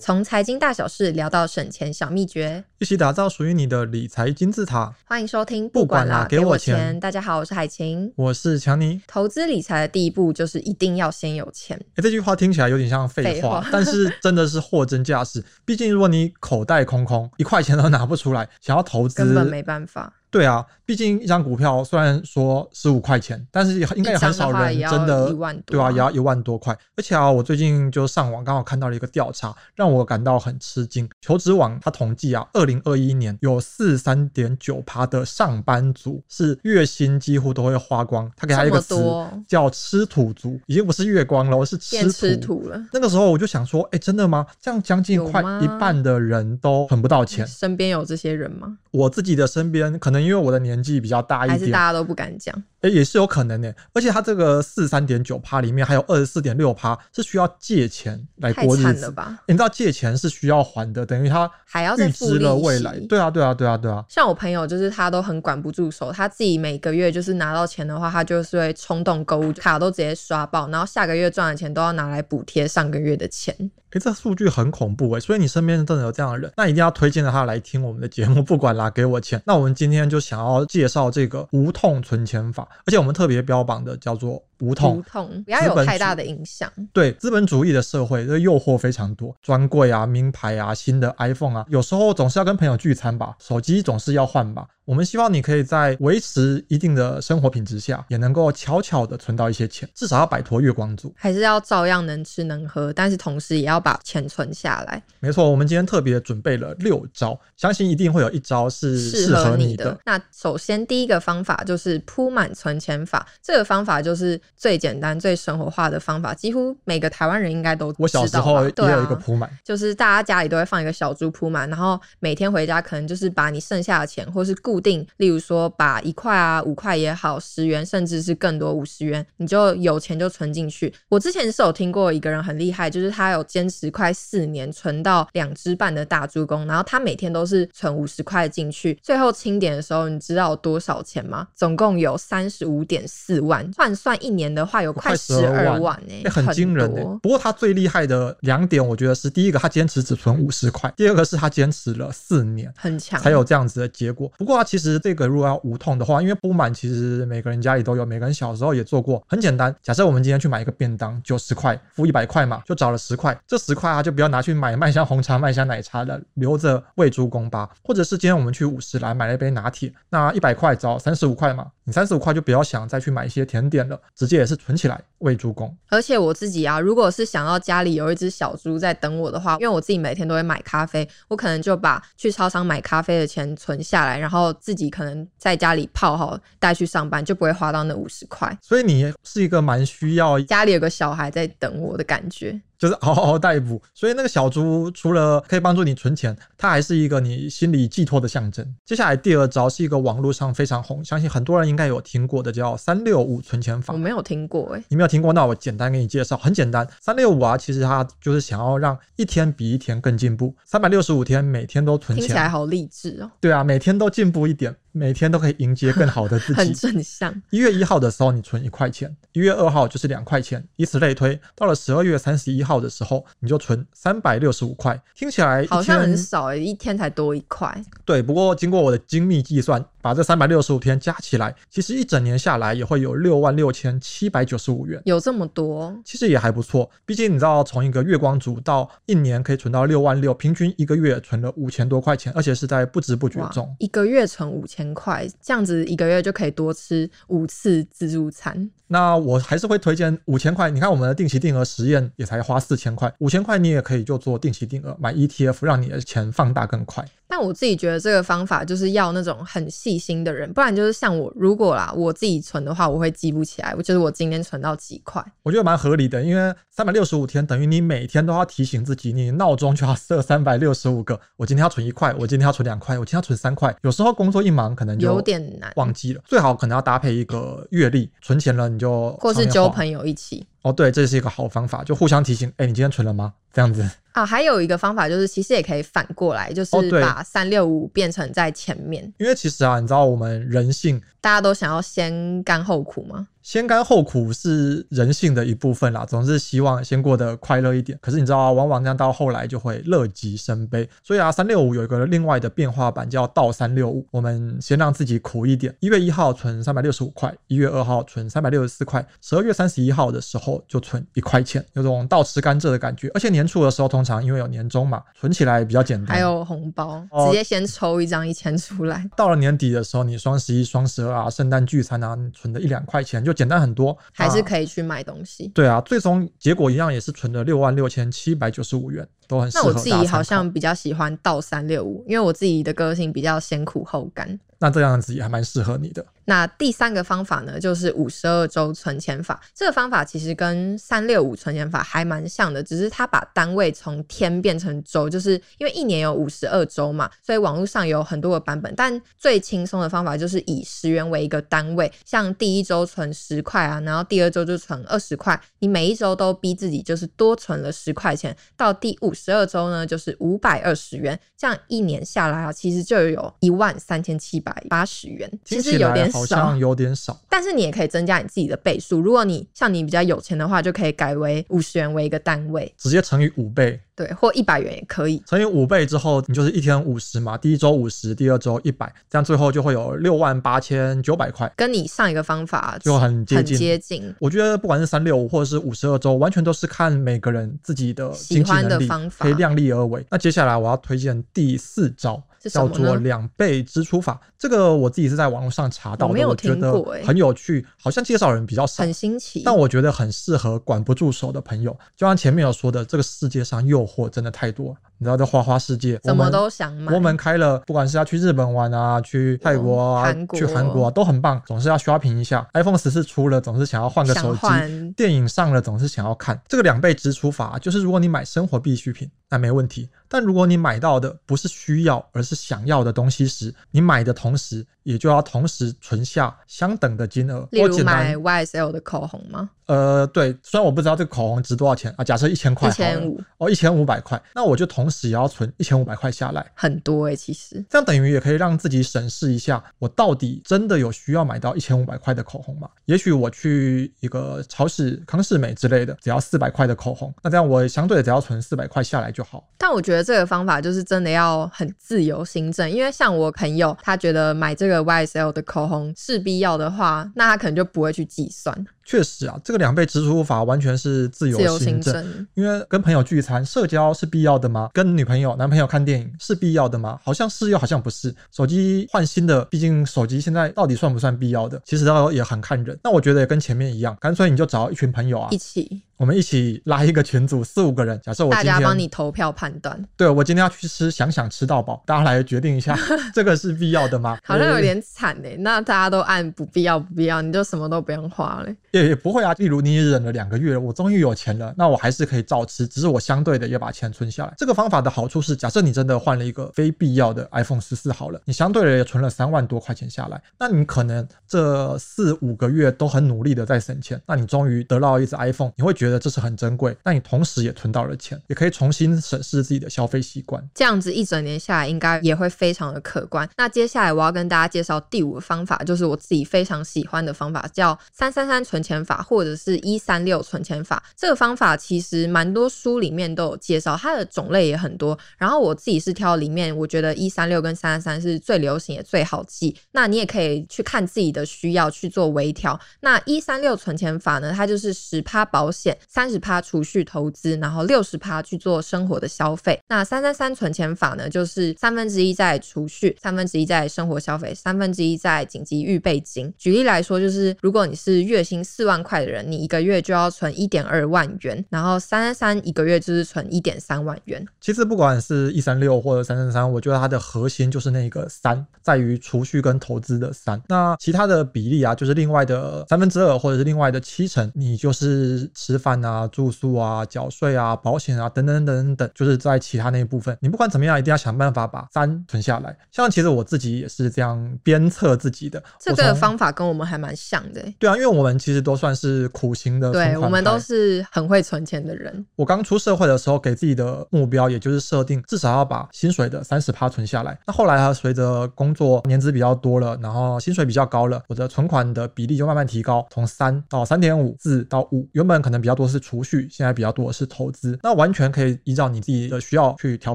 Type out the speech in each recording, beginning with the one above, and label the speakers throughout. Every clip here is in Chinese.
Speaker 1: 从财经大小事聊到省钱小秘诀，
Speaker 2: 一起打造属于你的理财金字塔。
Speaker 1: 欢迎收听。
Speaker 2: 不管啦
Speaker 1: 啦，
Speaker 2: 给我
Speaker 1: 我
Speaker 2: 钱
Speaker 1: 大家好，我是海晴。
Speaker 2: 我是强尼。
Speaker 1: 投资理财的第一步就是一定要先有钱。
Speaker 2: 哎、这句话听起来有点像废话，
Speaker 1: 废话
Speaker 2: 但是真的是货真价实。毕竟如果你口袋空空，一块钱都拿不出来，想要投资，
Speaker 1: 根本没办法，
Speaker 2: 对啊。毕竟一张股票虽然说十五块钱，但是也应该也很少人
Speaker 1: 一张的话也要
Speaker 2: 真的
Speaker 1: 一万多
Speaker 2: 对啊，也要一万多块。而且啊，我最近就上网刚好看到了一个调查，让我感到很吃惊。求职网它统计啊，二零二一年有四三点九趴的上班族是月薪几乎都会花光，他给他一个
Speaker 1: 这
Speaker 2: 词
Speaker 1: 么多哦
Speaker 2: 叫“吃土族”，已经不是月光了，是
Speaker 1: 变吃
Speaker 2: 吃
Speaker 1: 土了。
Speaker 2: 那个时候我就想说，哎、真的吗？这样将近
Speaker 1: 有
Speaker 2: 快
Speaker 1: 吗嗯
Speaker 2: 一半的人都存不到钱。
Speaker 1: 身边有这些人吗？
Speaker 2: 我自己的身边，可能因为我的年纪比较大
Speaker 1: 还
Speaker 2: 一
Speaker 1: 是大
Speaker 2: 点，
Speaker 1: 家都不敢讲？
Speaker 2: 哎、也是有可能呢、而且他这个四三点九趴里面还有二十四点六趴是需要借钱来
Speaker 1: 太
Speaker 2: 过日
Speaker 1: 惨了
Speaker 2: 子。
Speaker 1: 吧！
Speaker 2: 你知道借钱是需要还的，等于他
Speaker 1: 还要再
Speaker 2: 预
Speaker 1: 付
Speaker 2: 支了未来
Speaker 1: 利息。。
Speaker 2: 对啊，对啊，对啊，对啊。
Speaker 1: 像我朋友就是他都很管不住手，他自己每个月就是拿到钱的话，他就是会冲动购物，卡都直接刷爆，然后下个月赚的钱都要拿来补贴上个月的钱。
Speaker 2: 哎、这数据很恐怖哎、所以你身边真的有这样的人，那一定要推荐着他来听我们的节目，不管啦，给我钱。那我们今天就想要介绍这个无痛存钱法，而且我们特别标榜的叫做无痛
Speaker 1: 无痛，不要
Speaker 2: 资
Speaker 1: 有
Speaker 2: 本
Speaker 1: 太
Speaker 2: 主
Speaker 1: 大的影响。
Speaker 2: 对资本主义的社会，这诱惑非常多，专柜啊、名牌啊、新的 iPhone 啊，有时候总是要跟朋友聚餐吧，手机总是要换吧。我们希望你可以在维持一定的生活品质下，也能够悄悄的存到一些钱，至少要摆脱月光族。
Speaker 1: 还是要照样能吃能喝，但是同时也要把钱存下来，
Speaker 2: 没错，我们今天特别准备了六招，相信一定会有一招是适合
Speaker 1: 合
Speaker 2: 你
Speaker 1: 的
Speaker 2: 的。。
Speaker 1: 那首先第一个方法就是铺满存钱法，这个方法就是最简单、最生活化的方法，几乎每个台湾人应该都
Speaker 2: 我小
Speaker 1: 知
Speaker 2: 时
Speaker 1: 道吧
Speaker 2: 候也
Speaker 1: 对
Speaker 2: 有一个
Speaker 1: 啊。
Speaker 2: 铺满，
Speaker 1: 就是大家家里都会放一个小猪铺满，然后每天回家可能就是把你剩下的钱，或是固定，例如说把一块啊、五块也好，十元甚至是更多五十元，你就有钱就存进去。我之前是有听过一个人很厉害，就是他有坚持快四年存到两只半的大猪公，然后他每天都是存五十块进去，最后清点的时候，你知道有多少钱吗？总共有三十五点四万，换算一年的话有快
Speaker 2: 快
Speaker 1: 十
Speaker 2: 12
Speaker 1: 二
Speaker 2: 万
Speaker 1: 万哦呢、
Speaker 2: 欸、很惊人、欸
Speaker 1: 多。
Speaker 2: 不过他最厉害的两点，我觉得是第一个，他坚持只存五十块；第二个是他坚持了四年。
Speaker 1: 很强，哦
Speaker 2: 才有这样子的结果。不过啊，其实这个如果要无痛的话，因为铺满其实每个人家里都有，每个人小时候也做过，很简单。假设我们今天去买一个便当，九十块付一百块嘛，就找了十块，这十块啊就不要拿去买麦香红茶、麦香奶茶了，留着喂猪公吧。或者是今天我们去五十来买了一杯拿铁，那一百块找三十五块嘛，你三十五块就不要想再去买一些甜点了，直接也是存起来喂猪公。
Speaker 1: 而且我自己啊，如果是想要家里有一只小猪在等我的话，因为我自己每天都会买咖啡，我可能就把去超商买咖啡的钱存下来，然后自己可能在家里泡好带去上班，就不会花到那五十块。
Speaker 2: 所以你是一个蛮需要
Speaker 1: 家里有个小孩在等我的感觉，
Speaker 2: 就是嗷嗷待哺。所以那个小猪除了可以帮助你存钱，它还是一个你心理寄托的象征。接下来第二招是一个网络上非常红，相信很多人应该有听过的，叫三六五存钱法
Speaker 1: 我。没有听过哎、
Speaker 2: 你没有听过，那我简单给你介绍，很简单。三六五啊，其实它就是想要让一天比一天更进步，三百六十五天每天都存
Speaker 1: 听起来
Speaker 2: 钱，
Speaker 1: 好励志哦，
Speaker 2: 对啊，每天都进步一点，每天都可以迎接更好的自己，
Speaker 1: 很正向。
Speaker 2: 一月一号的时候你存一块钱，一月二号就是两块钱，以此类推，到了十二月三十一号的时候，你就存三百六十五块，听起来一
Speaker 1: 好像很
Speaker 2: 天
Speaker 1: 少哎、一天才多一块，
Speaker 2: 对，不过经过我的精密计算，把这三百六十五天加起来，其实一整年下来也会有六万六千七百九十五元。
Speaker 1: 有这么多，
Speaker 2: 其实也还不错，毕竟你知道，从一个月光族到一年可以存到六万六，平均一个月存了五千多块钱，而且是在不知不觉
Speaker 1: 哇
Speaker 2: 中。，
Speaker 1: 一个月存五千块，这样子一个月就可以多吃五次自助餐。
Speaker 2: 那我还是会推荐五千块。你看我们的定期定额实验也才花四千块，五千块你也可以就做定期定额买 ETF，让你的钱放大更快。
Speaker 1: 但我自己觉得这个方法就是要那种很细心的人，不然就是像我，如果啦我自己存的话，我会记不起来，我就是我今天存到几块，
Speaker 2: 我觉得蛮合理的，因为三百六十五天等于你每天都要提醒自己，你闹钟就要设三百六十五个。我今天要存一块，我今天要存两块，我今天要存三块。有时候工作一忙，可能就
Speaker 1: 有点难，
Speaker 2: 忘记了，最好可能要搭配一个月历，存钱了你就
Speaker 1: 或是
Speaker 2: 上面
Speaker 1: 揪
Speaker 2: 划
Speaker 1: 朋友一起。
Speaker 2: 哦，对，这是一个好方法，就互相提醒，哎，你今天存了吗？这样子。
Speaker 1: 啊，还有一个方法就是，其实也可以反过来，就
Speaker 2: 哦
Speaker 1: 是
Speaker 2: 对
Speaker 1: 把三六五变成在前面。
Speaker 2: 因为其实啊，你知道我们人性
Speaker 1: 大家都想要先甘后苦吗？
Speaker 2: 先甘后苦是人性的一部分啦，总是希望先过得快乐一点。可是你知道、啊，往往这样到后来就会乐极生悲。所以啊，三六五有一个另外的变化版叫倒三六五，我们先让自己苦一点。一月一号存三百六十五块，一月二号存三百六十四块，十二月三十一号的时候就存一块钱，有种倒吃甘蔗的感觉。而且年初的时候，通常因为有年终嘛，存起来比较简单。
Speaker 1: 还有红包，
Speaker 2: 哦
Speaker 1: 直接先抽一张一千出来。
Speaker 2: 到了年底的时候，你双十一、双十二啊，圣诞聚餐啊，你存的一两块钱就简单很多，
Speaker 1: 还是
Speaker 2: 那
Speaker 1: 可以去买东西。
Speaker 2: 对啊，最终结果一样也是存了六万六千七百九十五元，都很适
Speaker 1: 那
Speaker 2: 合
Speaker 1: 我
Speaker 2: 大
Speaker 1: 自
Speaker 2: 家
Speaker 1: 己
Speaker 2: 参
Speaker 1: 好
Speaker 2: 考
Speaker 1: 像比较喜欢倒三六五，因为我自己的个性比较先苦后甘。
Speaker 2: 那这样子也还蛮适合你的。
Speaker 1: 那第三个方法呢，就是五十二周存钱法。这个方法其实跟三六五存钱法还蛮像的，只是它把单位从天变成周，就是因为一年有五十二周嘛，所以网络上有很多个版本。但最轻松的方法就是以十元为一个单位，像第一周存十块啊，然后第二周就存二十块，你每一周都逼自己就是多存了十块钱，到第五十二周呢就是五百二十元，这样一年下来啊，其实就有一万三千七百八十元，其
Speaker 2: 听
Speaker 1: 实
Speaker 2: 起
Speaker 1: 有
Speaker 2: 来
Speaker 1: 点
Speaker 2: 好
Speaker 1: 少
Speaker 2: 像。有点少，
Speaker 1: 但是你也可以增加你自己的倍数。如果你像你比较有钱的话，就可以改为五十元为一个单位，
Speaker 2: 直接乘以五倍，
Speaker 1: 对，或一百元也可以。
Speaker 2: 乘以五倍之后，你就是一天五十嘛，第一周五十，第二周一百，这样最后就会有六万八千九百块，
Speaker 1: 跟你上一个方法
Speaker 2: 就很接
Speaker 1: 很
Speaker 2: 近。
Speaker 1: 接近，
Speaker 2: 我觉得不管是三六五或者是五十二周，完全都是看每个人自己的
Speaker 1: 喜
Speaker 2: 经济
Speaker 1: 欢的
Speaker 2: 能力
Speaker 1: 方，法
Speaker 2: 可以量力而为。那接下来我要推荐第四招，
Speaker 1: 是什么
Speaker 2: 叫
Speaker 1: 呢
Speaker 2: 做两倍支出法。这个我自己是在网络上查到
Speaker 1: 我
Speaker 2: 的，
Speaker 1: 没有
Speaker 2: 我觉
Speaker 1: 听
Speaker 2: 得
Speaker 1: 过欸
Speaker 2: 很有趣，好像介绍人比较少
Speaker 1: 很。新奇。
Speaker 2: 但我觉得很适合管不住手的朋友，就像前面有说的，这个世界上诱惑真的太多了。你知道，这花花世界，
Speaker 1: 怎
Speaker 2: 我
Speaker 1: 么
Speaker 2: 们
Speaker 1: 都想买。
Speaker 2: 我们开了，不管是要去日本玩啊，去泰国啊，
Speaker 1: 韩国
Speaker 2: 去韩国啊，都很棒，总是要 shopping 一下。iPhone 十四出了，总是想要换个
Speaker 1: 想
Speaker 2: 手机
Speaker 1: 换；
Speaker 2: 电影上了，总是想要看。这个两倍支出法，就是如果你买生活必需品，那没问题；但如果你买到的不是需要，而是想要的东西时，你买的同时，也就要同时存下相等的金额。
Speaker 1: 例
Speaker 2: 我
Speaker 1: 如
Speaker 2: 简
Speaker 1: 买
Speaker 2: 单，
Speaker 1: YSL 的口红吗？
Speaker 2: 呃，对，虽然我不知道这个口红值多少钱啊，假设一千块
Speaker 1: 一
Speaker 2: 好了，
Speaker 1: 千五
Speaker 2: 哦，一千五百块，那我就同时也要存一千五百块下来。
Speaker 1: 很多哎、其实
Speaker 2: 这样等于也可以让自己审视一下，我到底真的有需要买到一千五百块的口红吗？也许我去一个超市、康士美之类的，只要四百块的口红，那这样我相对的只要存四百块下来就好。
Speaker 1: 但我觉得这个方法就是真的要很自由心证，因为像我朋友，他觉得买这个 YSL 的口红势必要的话，那他可能就不会去计算
Speaker 2: 确实啊，这个两倍支出法完全是自
Speaker 1: 自由
Speaker 2: 由
Speaker 1: 心
Speaker 2: 行政。
Speaker 1: 证。
Speaker 2: 因为跟朋友聚餐，社交是必要的吗？跟女朋友、男朋友看电影是必要的吗？好像是又好像不是。手机换新的，毕竟手机现在到底算不算必要的？其实倒也很看人。那我觉得也跟前面一样，干脆你就找一群朋友啊
Speaker 1: 一，起，
Speaker 2: 我们一起拉一个群组，四五个人。假设我
Speaker 1: 大
Speaker 2: 今
Speaker 1: 家帮你
Speaker 2: 天
Speaker 1: 投票判断，
Speaker 2: 对我今天要去吃想想吃到饱，大家来决定 一下这个是必要的吗？
Speaker 1: 好像有
Speaker 2: 呃
Speaker 1: 点惨哎、那大家都按不必要不必要，你就什么都不用花嘞。
Speaker 2: 也也不会啊。例如你忍了两个月，我终于有钱了，那我还是可以照吃，只是我相对的也把钱存下来。这个方法的好处是，假设你真的换了一个非必要的 iPhone 十四好了，你相对的也存了三万多块钱下来，那你可能这四五个月都很努力的在省钱，那你终于得到一只 iPhone，你会觉得这是很珍贵，那你同时也存到了钱，也可以重新审视自己的消费习惯。
Speaker 1: 这样子一整年下来，应该也会非常的可观。那接下来我要跟大家介绍第五个方法，就是我自己非常喜欢的方法，叫三三三存钱法，或者是一三六存钱法。这个方法其实蛮多书里面都有介绍，它的种类也很多。然后我自己是挑里面，我觉得一三六跟三三三是最流行也最好记。那你也可以去看自己的需要去做微调。那一三六存钱法呢，它就是十趴保险，三十趴储蓄投资，然后六十趴去做生活的消费。那三三三存钱法呢，就是三分之一在储蓄，三分之一在生活消费，三分之一在紧急预备金。举例来说，就是如果你是月薪四万块的人，你一个月就要存一点二万元，然后三三三一个月就是存一点三万元。
Speaker 2: 其实不管是一三六或者三三三，我觉得它的核心就是那个三，在于储蓄跟投资的三。那其他的比例啊，就是另外的三分之二或者是另外的七成，你就是持饭啊、住宿啊、缴税啊、保险啊等等等等等，就是在其他那一部分，你不管怎么样，一定要想办法把三存下来。像其实我自己也是这样鞭策自己的，
Speaker 1: 这
Speaker 2: 我
Speaker 1: 个
Speaker 2: 从
Speaker 1: 方法跟我们还蛮像的欸、
Speaker 2: 对啊，因为我们其实都算是苦行的存款
Speaker 1: 对，
Speaker 2: 派，
Speaker 1: 我们都是很会存钱的人。
Speaker 2: 我刚出社会的时候，给自己的目标也就是设定至少要把薪水的三十趴存下来。那后来啊，随着工作年资比较多了，然后薪水比较高了，我的存款的比例就慢慢提高，从三到三点五，四到五。原本可能比较多是储蓄，现在比较多的是投资。那完全可以依照你自己的需要去调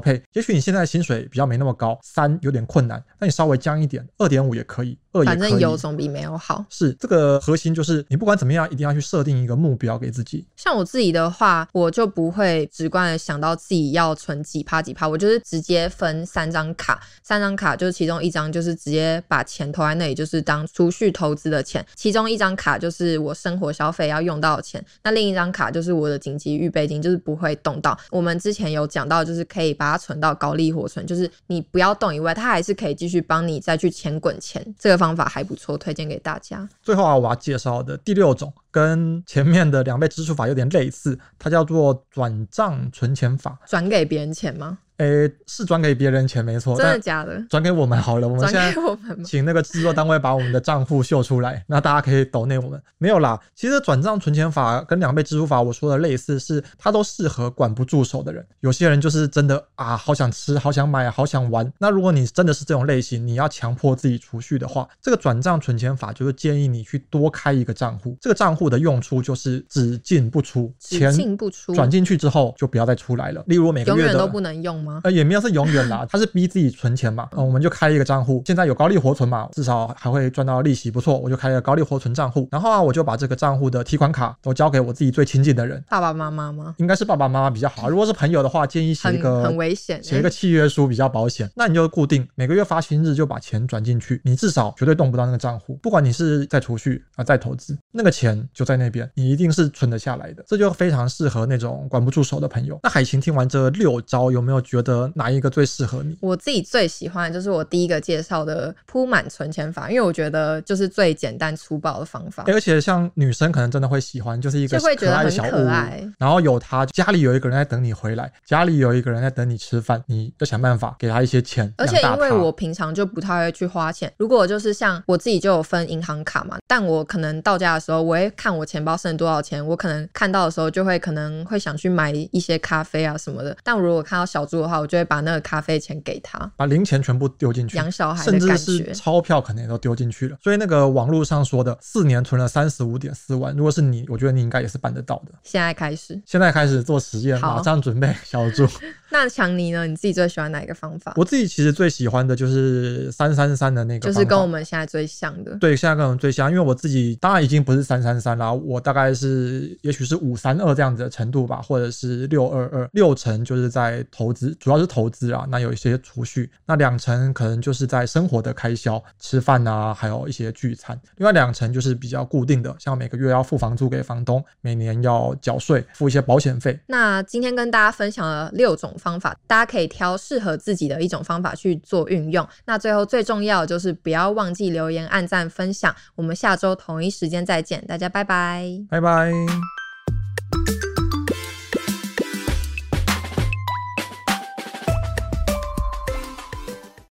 Speaker 2: 配。也许你现在薪水比较没那么高，三有点困难，那你稍微降一点，二点五也可以，二也可以。
Speaker 1: 反正有总比没有好。
Speaker 2: 是这个核心就是你不管怎么样，一定要去设定一个目标给自己。
Speaker 1: 像我自己的话，我就不会直观的想到自己要存几趴几趴，我就是直接分三张卡，三张卡就是其中一张就是直接把钱投在那里，就是当储蓄投资的钱；其中一张卡就是我生活消费要用到的钱，那另一张卡就是我的紧急预备金，就是不会动到。我们之前有讲到，就是可以把它存到高利活存，就是你不要动以外，它还是可以继续帮你再去钱滚钱。这个方法还不错，推荐给大家。
Speaker 2: 最后啊，我要介绍的第六种跟前面的两倍支出法有点类似，它叫做转账存钱法。
Speaker 1: 转给别人钱吗？
Speaker 2: 诶，是转给别人钱没错，
Speaker 1: 真的
Speaker 2: 但
Speaker 1: 假的？
Speaker 2: 转给我们好了。哦我们
Speaker 1: 转
Speaker 2: 现在
Speaker 1: 给我们吗？
Speaker 2: 请那个制作单位把我们的账户秀出来， 那大家可以抖内我们。没有啦，其实转账存钱法跟两倍支出法我说的类似是，它都适合管不住手的人。有些人就是真的啊，好想吃，好想买，好想玩。那如果你真的是这种类型，你要强迫自己储蓄的话，这个转账存钱法就是建议你去多开一个账户。这个账户的用处就是只进不出，
Speaker 1: 只
Speaker 2: 钱
Speaker 1: 进不出，
Speaker 2: 转进去之后就不要再出来了。例如我每个
Speaker 1: 永
Speaker 2: 月
Speaker 1: 远
Speaker 2: 的
Speaker 1: 都不能用吗？
Speaker 2: 呃，也没有是永远啦，他是逼自己存钱嘛。嗯，我们就开了一个账户，现在有高利活存嘛，至少还会赚到利息，不错。我就开了高利活存账户，然后啊，我就把这个账户的提款卡都交给我自己最亲近的人，
Speaker 1: 爸爸妈妈吗？
Speaker 2: 应该是爸爸妈妈比较好。如果是朋友的话，建议写一
Speaker 1: 很
Speaker 2: 个
Speaker 1: 很危险、
Speaker 2: 写一
Speaker 1: 欸
Speaker 2: 个。契约书比较保险。那你就固定每个月发薪日就把钱转进去，你至少绝对动不到那个账户。不管你是在储蓄啊，在投资，那个钱就在那边，你一定是存得下来的。这就非常适合那种管不住手的朋友。那海晴听完这六招，有没有觉得哪一个最适合你？
Speaker 1: 我自己最喜欢的就是我第一个介绍的铺满存钱法，因为我觉得就是最简单粗暴的方法
Speaker 2: 欸。而且像女生可能真的会喜欢，就是一个
Speaker 1: 就会觉
Speaker 2: 可
Speaker 1: 得
Speaker 2: 爱的
Speaker 1: 很
Speaker 2: 小
Speaker 1: 可
Speaker 2: 物
Speaker 1: 爱
Speaker 2: 然后有她，家里有一个人在等你回来，家里有一个人在等你吃饭，你要想办法给她一些钱。
Speaker 1: 而且
Speaker 2: 养大
Speaker 1: 因为
Speaker 2: 她
Speaker 1: 我平常就不太会去花钱，如果就是像我自己就有分银行卡嘛，但我可能到家的时候，我会看我钱包剩多少钱，我可能看到的时候就会可能会想去买一些咖啡啊什么的，但我如果看到小猪的话，我就会把那个咖啡钱给他，
Speaker 2: 把零钱全部丢进去，
Speaker 1: 养小孩的
Speaker 2: 甚至
Speaker 1: 感
Speaker 2: 是
Speaker 1: 觉。
Speaker 2: 钞票可能也都丢进去了。所以那个网络上说的四年存了三十五点四万，如果是你，我觉得你应该也是办得到的。
Speaker 1: 现在开始，
Speaker 2: 现在开始做实验，
Speaker 1: 好
Speaker 2: 马上准备小猪。
Speaker 1: 那强尼呢？你自己最喜欢哪一个方法？
Speaker 2: 我自己其实最喜欢的就是三三三的那个
Speaker 1: 就
Speaker 2: 方法，
Speaker 1: 是跟我们现在最像的。
Speaker 2: 对，现在跟我们最像，因为我自己当然已经不是三三三啦，我大概是也许是五三二这样子的程度吧，或者是六二二，六成就是在投资，主要是投资啊，那有一些储蓄，那两成可能就是在生活的开销，吃饭啊，还有一些聚餐，另外两成就是比较固定的，像每个月要付房租给房东，每年要缴税，付一些保险费，
Speaker 1: 那今天跟大家分享了六种方法，大家可以挑适合自己的一种方法去做运用。那最后最重要的就是不要忘记留言、按赞、分享。我们下周同一时间再见，大家拜拜。
Speaker 2: 拜拜。